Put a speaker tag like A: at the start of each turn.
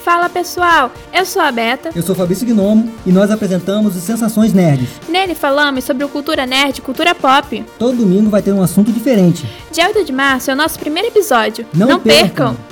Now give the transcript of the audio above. A: Fala pessoal, eu sou a Beta.
B: Eu sou Fabrício Gnomo e nós apresentamos os Sensações Nerds.
A: Nele falamos sobre o cultura nerd e cultura pop.
B: Todo domingo vai ter um assunto diferente.
A: Dia 8 de março é o nosso primeiro episódio.
B: Não percam.